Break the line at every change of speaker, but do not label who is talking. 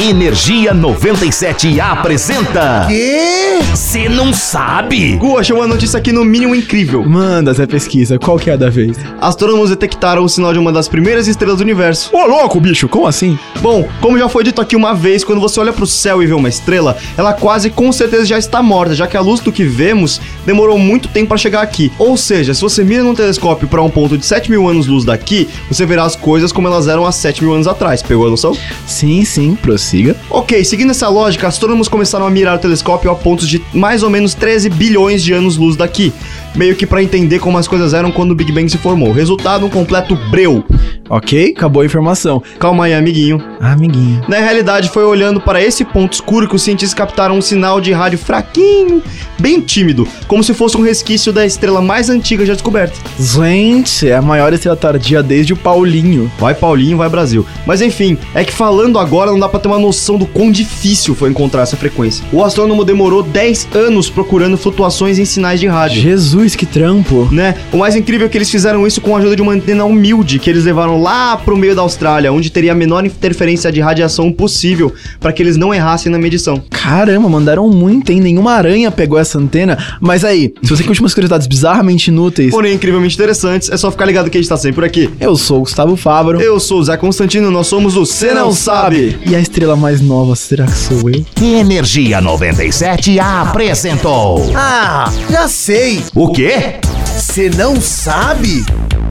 Energia 97 apresenta.
Quê?
Você não sabe?
Gu, achei uma notícia aqui no mínimo incrível.
Manda, Zé Pesquisa, qual que é a da vez?
Astrônomos detectaram o sinal de uma das primeiras estrelas do universo.
Ô, louco, bicho, como assim?
Bom, como já foi dito aqui uma vez, quando você olha pro céu e vê uma estrela, ela quase com certeza já está morta, já que a luz do que vemos demorou muito tempo para chegar aqui. Ou seja, se você mira num telescópio para um ponto de 7 mil anos-luz daqui, você verá as coisas como elas eram há 7 mil anos atrás. Pegou a noção?
Sim, sim, prossiga.
Ok, seguindo essa lógica, astrônomos começaram a mirar o telescópio a pontos de mais ou menos 13 bilhões de anos-luz daqui, meio que para entender como as coisas eram quando o Big Bang se formou. Resultado, um completo breu.
Ok, acabou a informação. Ah,
Calma aí, amiguinho.
Amiguinho.
Na realidade, foi olhando para esse ponto escuro que os cientistas captaram um sinal de rádio fraquinho, bem tímido, como se fosse um resquício da estrela mais antiga já descoberta.
Gente, é a maior estrela tardia desde o Paulinho.
Vai Paulinho, vai Brasil. Mas enfim, é que falando agora não dá pra ter uma noção do quão difícil foi encontrar essa frequência. O astrônomo demorou 10 anos procurando flutuações em sinais de rádio.
Jesus, que trampo.
né? O mais incrível é que eles fizeram isso com a ajuda de uma antena humilde que eles levaram lá pro meio da Austrália, onde teria a menor interferência de radiação possível para que eles não errassem na medição.
Caramba, mandaram muito, hein? Nenhuma aranha pegou essa antena. Mas aí, se você curte umas curiosidades bizarramente inúteis,
Porém, incrivelmente interessantes, é só ficar ligado que a gente tá sempre por aqui.
eu sou o Gustavo Fávaro.
Eu sou o Zé Constantino, nós somos o Cê Não Sabe.
E a estrela mais nova, será que sou eu?
Energia 97 apresentou.
Ah, já sei.
O quê?
Você não sabe?